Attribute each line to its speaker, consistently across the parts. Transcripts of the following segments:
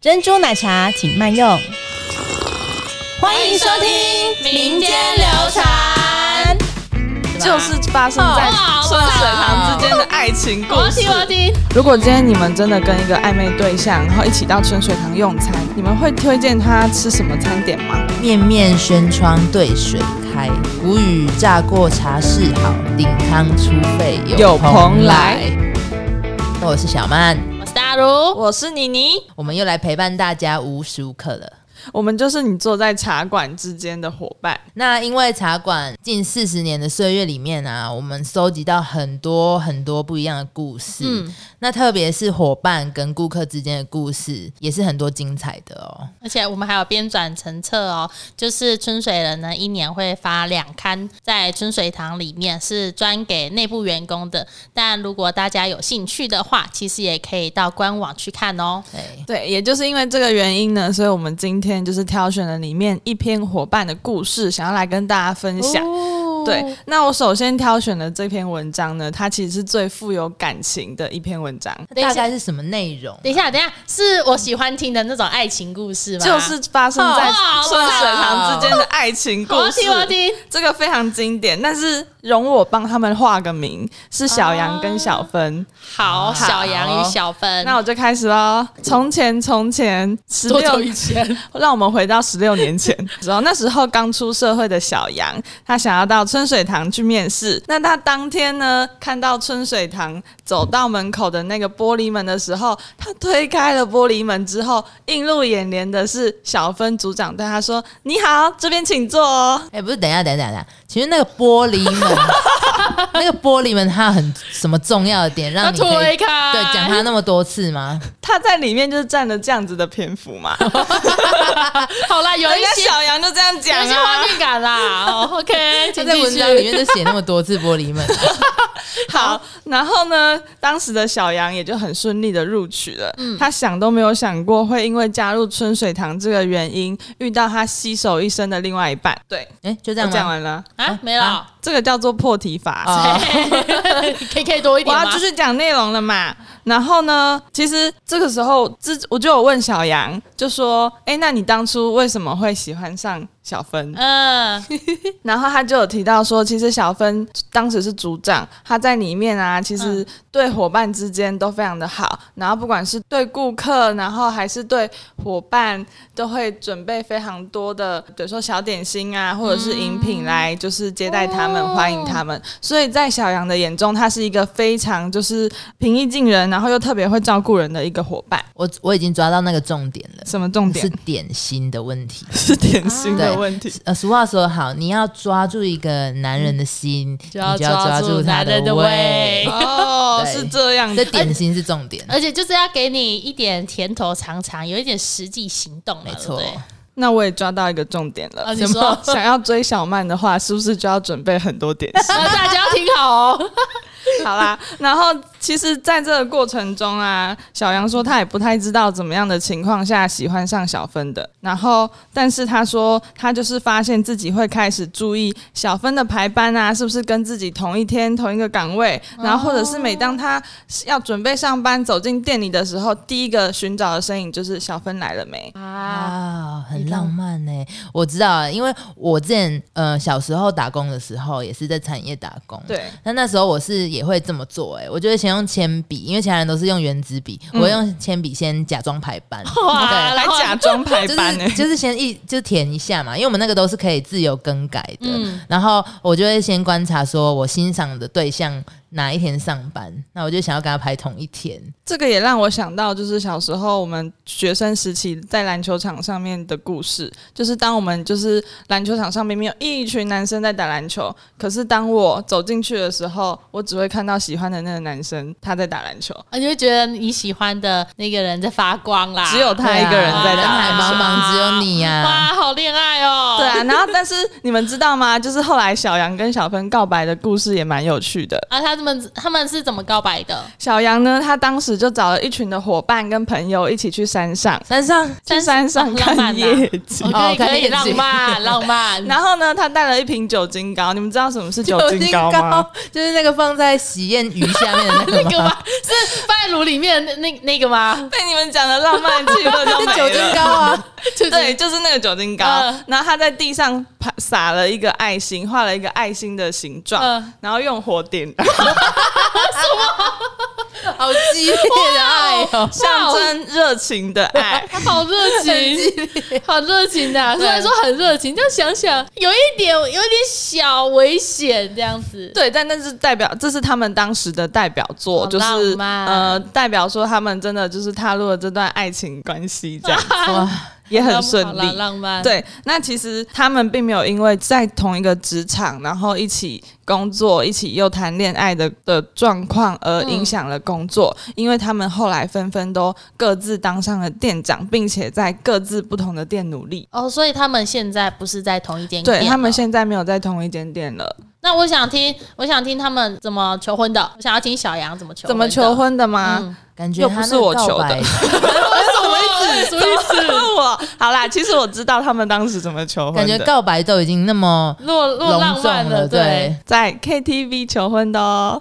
Speaker 1: 珍珠奶茶请慢用。欢
Speaker 2: 迎收听民间流传，
Speaker 3: 就是发生在酸水堂之间的爱情故
Speaker 2: 我要
Speaker 3: 事
Speaker 2: 听，。我要听。
Speaker 3: 如果今天你们真的跟一个暧昧对象，然后一起到春水堂用餐，你们会推荐他吃什么餐点吗？
Speaker 4: 面面轩窗对水开，谷雨炸过茶室好，顶汤出沸
Speaker 3: 有蓬莱。
Speaker 4: 哦我是小曼，
Speaker 2: 我是大如，
Speaker 1: 我是妮妮，
Speaker 4: 我们又来陪伴大家无时无刻了。
Speaker 3: 我们就是你坐在茶馆之间的伙伴，
Speaker 4: 那因为茶馆近四十年的岁月里面啊，我们搜集到很多很多不一样的故事。
Speaker 2: 嗯
Speaker 4: 那特别是伙伴跟顾客之间的故事，也是很多精彩的哦。
Speaker 2: 而且我们还有编转成册哦，就是春水人呢一年会发两刊，在春水堂里面是专给内部员工的。但如果大家有兴趣的话，其实也可以到官网去看哦。
Speaker 4: 对，
Speaker 3: 对，也就是因为这个原因呢，所以我们今天就是挑选了里面一篇伙伴的故事，想要来跟大家分享。对，那我首先挑选的这篇文章呢，它其实是最富有感情的一篇文章，
Speaker 4: 那大概是什么内容？
Speaker 2: 等一下，等一下，是我喜欢听的那种爱情故事吗？
Speaker 3: 就是发生在
Speaker 2: 哇好
Speaker 3: 顺水
Speaker 2: 棒
Speaker 3: 堂之间的爱情故
Speaker 2: 我要
Speaker 3: 事
Speaker 2: 听，。我要听。
Speaker 3: 这个非常经典，但是容我帮他们画个名，是小羊跟小芬。
Speaker 2: 好，小羊与小芬，
Speaker 3: 那我就开始喽。从前，从前，十
Speaker 2: 多
Speaker 3: 六
Speaker 2: 久以前？
Speaker 3: 让我们回到十六年前， 然后那时候刚出社会的小杨，他想要到春水堂去面试。那他当天呢，看到春水堂走到门口的那个玻璃门的时候，他推开了玻璃门之后，映入眼帘的是小芬组长对他说：“你好，这边请坐哦。
Speaker 4: 哎、不是，等一下，等一下，等一下。其实那个玻璃门， 那个玻璃门，它有很什么重要的点，让你可
Speaker 2: 推
Speaker 4: 以
Speaker 2: 开
Speaker 4: 对讲它那么多次吗？”
Speaker 3: 他在里面就是占了这样子的篇幅嘛，
Speaker 2: 好啦，有
Speaker 3: 人
Speaker 2: 一
Speaker 3: 家
Speaker 2: 些
Speaker 3: 小杨就这样
Speaker 2: 有
Speaker 3: 讲
Speaker 2: 一些
Speaker 3: 啊。
Speaker 2: 画面感 啦。哦，OK，
Speaker 4: 他
Speaker 2: 请
Speaker 4: 在
Speaker 2: 继
Speaker 4: 文
Speaker 2: 续。
Speaker 4: 章里面就写那么多次玻璃门，
Speaker 3: 好，然后呢，当时的小杨也就很顺利的录取了。
Speaker 4: 嗯
Speaker 3: 他想都没有想过会因为加入春水堂这个原因遇到他携手一生的另外一半。对，
Speaker 4: 哎、就这
Speaker 3: 我
Speaker 4: 样
Speaker 3: 讲
Speaker 4: 吗？
Speaker 3: 完了，
Speaker 2: 啊，没了。
Speaker 3: 这个叫做破题法。
Speaker 4: 啊、
Speaker 2: K K 多一
Speaker 3: 我
Speaker 2: 点
Speaker 3: 要
Speaker 2: 吗
Speaker 3: 继？续讲内容了嘛？然后呢，其实这个时候，之我就有问小杨，就说：“哎，那你当初为什么会喜欢上小芬？”
Speaker 2: 嗯，
Speaker 3: 然后他就有提到说，其实小芬当时是组长，他在里面啊，其实对伙伴之间都非常的好，然后不管是对顾客，然后还是对伙伴，都会准备非常多的，比如说小点心啊，或者是饮品来，就是接待他们、欢迎他们。所以在小杨的眼中，他是一个非常就是平易近人，然后又特别会照顾人的一个伙伴。
Speaker 4: 我我已经抓到那个重点了，
Speaker 3: 什么重
Speaker 4: 是
Speaker 3: 点？
Speaker 4: 点心的问题。
Speaker 3: 是点心的
Speaker 4: 对
Speaker 3: 问题。
Speaker 4: 呃，俗话说得好，你要抓住一个男人的心，你就要
Speaker 2: 要
Speaker 4: 抓
Speaker 2: 抓住
Speaker 4: 住他
Speaker 2: 男人的
Speaker 4: 胃
Speaker 2: 胃。
Speaker 3: 哦，
Speaker 4: 对
Speaker 3: 是这样 的
Speaker 4: 这。点心是重点，
Speaker 2: 而且就是要给你一点甜头尝尝，有一点实际行动嘛，
Speaker 4: 没错
Speaker 2: 对不对。
Speaker 3: 那我也抓到一个重点了。
Speaker 2: 啊你
Speaker 3: 什
Speaker 2: 说
Speaker 3: 么？ 想要追小曼的话，是不是就要准备很 多点心？
Speaker 2: 那大家要听好哦，
Speaker 3: 好啦，然后其实在这个过程中啊，小杨说他也不太知道怎么样的情况下喜欢上小芬的。然后，但是他说他就是发现自己会开始注意小芬的排班啊，是不是跟自己同一天同一个岗位？
Speaker 2: 哦
Speaker 3: 然后，或者是每当他要准备上班走进店里的时候，第一个寻找的身影就是小芬来了没？
Speaker 4: 啊，很浪漫呢、我知道啊，因为我之前呃小时候打工的时候，也是在产业打工。。
Speaker 3: 对，
Speaker 4: 那那时候我是也会这么做、欸，哎，我就会先用铅笔，因为其他人都是用圆珠笔，我用铅笔先假装排班，
Speaker 2: 哇，
Speaker 3: 来
Speaker 2: 然后
Speaker 3: 假装排
Speaker 4: 就
Speaker 3: 班呢、
Speaker 4: 是就是先一就填一下嘛，因为我们那个都是可以自由更改的。
Speaker 3: 嗯
Speaker 4: 然后我就会先观察，说我欣赏的对象哪一天上班，那我就想要跟他排同一天。
Speaker 3: 这个也让我想到，就是小时候我们学生时期在篮球场上面的故事，就是当我们就是篮球场上面明明有一群男生在打篮球，可是当我走进去的时候，我只会看到喜欢的那个男生他在打篮球，
Speaker 4: 啊
Speaker 2: 啊你就会觉得你喜欢的那个人在发光啦，
Speaker 3: 只有他一个人
Speaker 4: 对
Speaker 3: 在
Speaker 4: 啊人
Speaker 3: 打
Speaker 4: 海
Speaker 3: 篮
Speaker 4: 茫
Speaker 3: 球。
Speaker 4: 茫，只有你呀、
Speaker 2: 啊哇，好恋爱哦，
Speaker 3: 对啊，然后但是你们知道吗？就是后来小杨跟小芬告白的故事也蛮有趣的。
Speaker 2: 啊，他们他们是怎么告白的？
Speaker 3: 小杨呢，他当时就找了一群的伙伴跟朋友一起去山上，
Speaker 4: 山上
Speaker 3: 去山上
Speaker 2: 浪漫
Speaker 3: 看
Speaker 2: 啊
Speaker 3: 夜景
Speaker 2: 哦，。可以
Speaker 4: 看
Speaker 2: 可以，
Speaker 4: 夜景
Speaker 2: 浪漫浪漫，
Speaker 3: 然后呢，他带了一瓶酒精膏，你们知道什么是 酒精膏吗？
Speaker 4: 就是那个放在喜宴鱼下面的那
Speaker 2: 那
Speaker 4: 个
Speaker 2: 个
Speaker 4: 吗？
Speaker 2: 吗？是放在炉里面的那那个吗？
Speaker 3: 被你们讲的浪漫气氛都
Speaker 4: 是
Speaker 3: 没
Speaker 4: 酒啊
Speaker 3: 对，就是那个酒精膏。
Speaker 2: 嗯
Speaker 3: 然后他在地上啪撒了一个爱心，画了一个爱心的形状，
Speaker 2: 嗯哦
Speaker 3: 然后用火点燃，
Speaker 4: 好激烈的爱哦！
Speaker 3: 象征热情的 爱。
Speaker 2: 他好热情， 好热情的、啊。虽然说很热情，但想想有一点有一点小危险这样子。
Speaker 3: 对，但那是代表，这是他们当时的代表作，
Speaker 2: 好
Speaker 3: 就
Speaker 2: 浪
Speaker 3: 是
Speaker 2: 漫
Speaker 3: 呃，代表说他们真的就是踏入了这段爱情关系，这样
Speaker 4: 哇，
Speaker 3: 也很
Speaker 2: 好
Speaker 3: 顺
Speaker 2: 啦
Speaker 3: 利。
Speaker 2: 浪漫。，
Speaker 3: 对，那其实他们并没有因为在同一个职场，然后一起工作、一起又谈恋爱的的状况而影响了工作，因为他们后来纷纷都各自当上了店长，并且在各自不同的店努力。
Speaker 2: 哦，所以他们现在不是在同一间店了，
Speaker 3: 对他们现在没有在同一间店了，
Speaker 2: 那我想听，我想听他们怎么求婚的，我想要听小杨怎么求
Speaker 3: 怎么求婚啊的吗？
Speaker 2: 嗯
Speaker 4: 感觉
Speaker 3: 又不
Speaker 4: 他
Speaker 3: 是
Speaker 4: 那个
Speaker 3: 我
Speaker 4: 告
Speaker 3: 求的
Speaker 4: 白
Speaker 2: 的，什么意思？
Speaker 3: 哦我好啦，其实我知道他们当时怎么求婚
Speaker 4: 感觉
Speaker 3: 的，
Speaker 4: 告白都已经那么
Speaker 2: 落落
Speaker 4: 隆
Speaker 2: 浪
Speaker 4: 重
Speaker 2: 漫
Speaker 4: 了。
Speaker 2: 对
Speaker 4: 对，，
Speaker 3: 在 KTV 求婚的哦，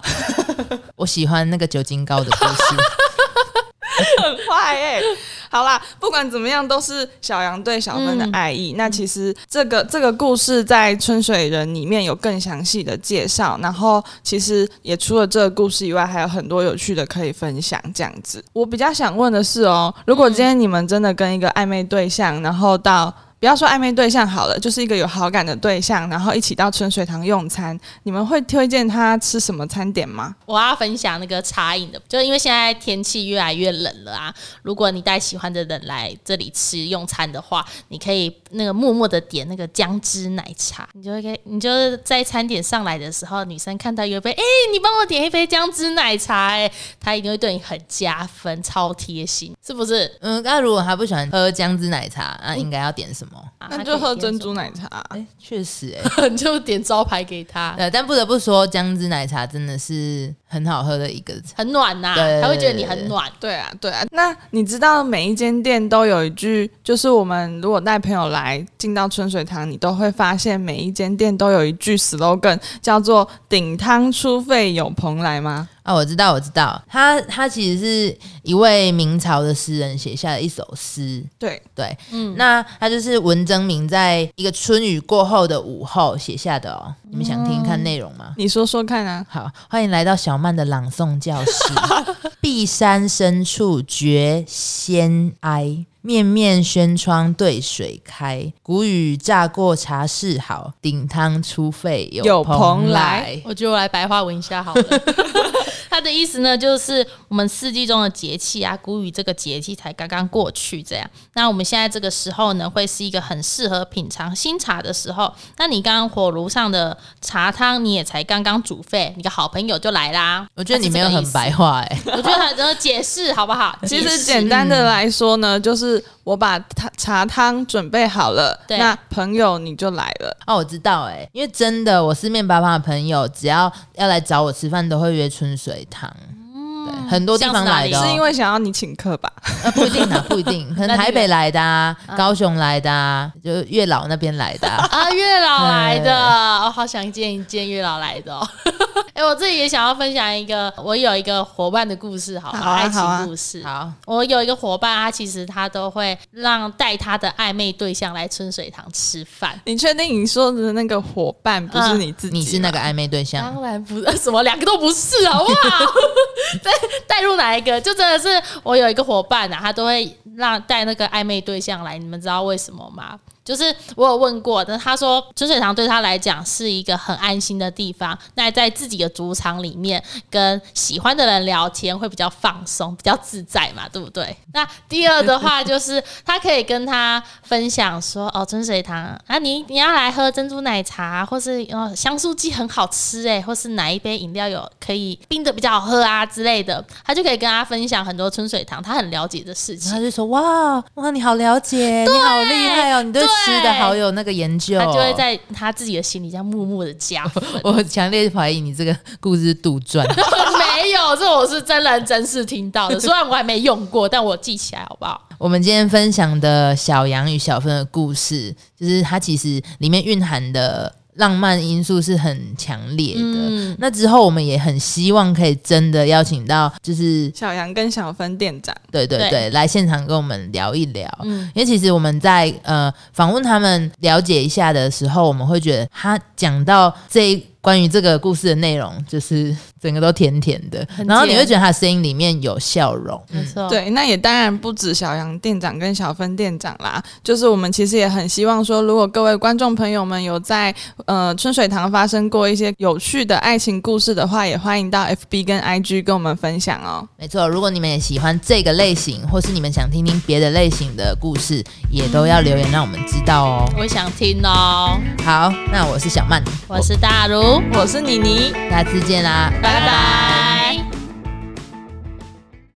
Speaker 4: 我喜欢那个酒精膏的故事。
Speaker 3: 很坏哎、好啦，不管怎么样，都是小杨对小
Speaker 2: 嗯
Speaker 3: 芬的爱意。那其实这个这个故事在《春水人》里面有更详细的介绍，然后其实也除了这个故事以外，还有很多有趣的可以分享。这样子，我比较想问的是哦，如果今天你们真的跟一个暧昧对象，然后到不要说暧昧对象好了，就是一个有好感的对象，然后一起到春水堂用餐，你们会推荐他吃什么餐点吗？
Speaker 2: 我要分享那个茶饮的，就是因为现在天气越来越冷了啊。如果你带喜欢的人来这里吃用餐的话，你可以那个默默的点那个姜汁奶茶，你就会给，你就是在餐点上来的时候，女生看到有一杯，哎、你帮我点一杯姜汁奶茶、哎，她一定会对你很加分，超贴心，是不是？
Speaker 4: 嗯，那如果他不喜欢喝姜汁奶茶，那应该要点什么？
Speaker 2: 啊
Speaker 3: 那就喝珍，
Speaker 2: 她可以点
Speaker 3: 珠奶茶。啊
Speaker 4: 哎、确实、欸，
Speaker 2: 什么你 就点招牌给她，
Speaker 4: 呃，但不得不说，姜汁奶茶真的是很好喝的一个茶。
Speaker 2: 很暖呐、
Speaker 4: 对
Speaker 2: 她会觉得你很暖。
Speaker 3: 对啊，对啊。那你知道每一间店都有一句，就是我们如果带朋友来进到春水堂，你都会发现每一间店都有一句 slogan，叫做“顶汤出费有朋来”吗？
Speaker 4: 啊，我知道，我知道，他他其实是一位明朝的诗人写下的一首诗，
Speaker 3: 对，
Speaker 4: 对，嗯，那他就是文征明在一个春雨过后的午后写下的哦。你们想听听看内容吗？
Speaker 3: 你说说 看啊。
Speaker 4: 好，欢迎来到小曼的朗诵教室。碧山深处觉仙哀，面面轩窗对水开。谷雨乍过茶室好，鼎汤出沸
Speaker 3: 有
Speaker 4: 有
Speaker 3: 蓬
Speaker 4: 蓬
Speaker 3: 莱
Speaker 4: 莱。
Speaker 2: 哎我觉得我来白话文一下 好了。它的意思呢，就是我们四季中的节气啊，谷雨这个节气才刚刚过去，这样。那我们现在这个时候呢，会是一个很适合品尝新茶的时候。那你刚刚火炉上的茶汤，你也才刚刚煮沸，你的好朋友就来啦。
Speaker 4: 我觉得你没有
Speaker 2: 它是
Speaker 4: 很
Speaker 2: 这个意
Speaker 4: 白话哎、
Speaker 2: 思，我觉得很能解释好 不好？
Speaker 3: 其
Speaker 2: 解
Speaker 3: 实
Speaker 2: 释
Speaker 3: 简单的来说呢，就是我把茶茶汤准备好了，
Speaker 2: 对
Speaker 3: 那朋友你就来了。
Speaker 4: 哦，我知道哎、因为真的我四面八方的朋友，只要要来找我吃饭，都会约春水堂。对，很多地方来的、哦，
Speaker 3: 是因为想要你请客吧？
Speaker 4: 呃不一定啊，不一定，可能台北来的、啊，高雄来的、啊，就月老那边来的、 啊。
Speaker 2: 啊，月老来的，
Speaker 4: 哎
Speaker 2: 我、好想见一见月老来的、哦。 哎、我自己也想要分享一个，我有一个伙伴的故事好了，
Speaker 3: 好啊
Speaker 2: 爱情
Speaker 3: 好啊
Speaker 2: 故事。
Speaker 4: 好，
Speaker 2: 我有一个伙伴，他其实他都会让带他的暧昧对象来春水堂吃饭。
Speaker 3: 你确定你说的那个伙伴不是
Speaker 2: 嗯
Speaker 3: 你自己吗？
Speaker 4: 你是那个暧昧对象，
Speaker 2: 当然不是， 什么两个都不是，好不好？ 带带入哪一个？就真的是我有一个伙伴啊，他都会让带那个暧昧对象来，你们知道为什么吗？就是我有问过，但他说春水堂对他来讲是一个很安心的地方。那在自己的主场里面跟喜欢的人聊天会比较放松，比较自在嘛，对不对？那第二的话就是他可以跟他分享说，哦，春水堂啊，你你要来喝珍珠奶茶，或是哦香酥鸡很好吃哎，或是哪一杯饮料有可以冰的比较好喝啊之类的，他就可以跟他分享很多春水堂他很了解的事情
Speaker 4: 然后。就说哇哇，你好了解，你好厉害哦，你对吃的好有那个研究，
Speaker 2: 他就会。在他自己的心里这样默默的加分。
Speaker 4: 我强烈怀疑你这个故事是杜撰，
Speaker 2: 没有，这我是真人真事听到的，虽然我还没用过，但我记起来好不好？
Speaker 4: 我们今天分享的小杨与小芬的故事，就是它其实里面蕴含的浪漫因素是很强烈的。
Speaker 2: 嗯
Speaker 4: 那之后我们也很希望可以真的邀请到，就是
Speaker 3: 小杨跟小芬店长，
Speaker 4: 对对
Speaker 2: 对
Speaker 4: 对，来现场跟我们聊一聊。
Speaker 2: 嗯
Speaker 4: 因为其实我们在呃访问他们了解一下的时候，我们会觉得他讲到这一关于这个故事的内容，就是整个都甜甜的，
Speaker 2: 很
Speaker 4: 然后你
Speaker 2: 甜
Speaker 4: 会觉得他的声音里面有笑容。
Speaker 2: 没错，
Speaker 3: 对，那也当然不止小杨店长跟小芬店长啦，就是我们其实也很希望说，如果各位观众朋友们有在呃春水堂发生过一些有趣的爱情故事的话，也欢迎到 FB 跟 IG 跟我们分享哦。
Speaker 4: 没错，如果你们也喜欢这个类型，或是你们想听听别的类型的故事，也都要留言让我们知道哦。
Speaker 2: 我想听哦。
Speaker 4: 好，那我是小曼，
Speaker 2: 我是大如，
Speaker 3: 我是妮妮。
Speaker 4: 下次见啦，
Speaker 2: 拜拜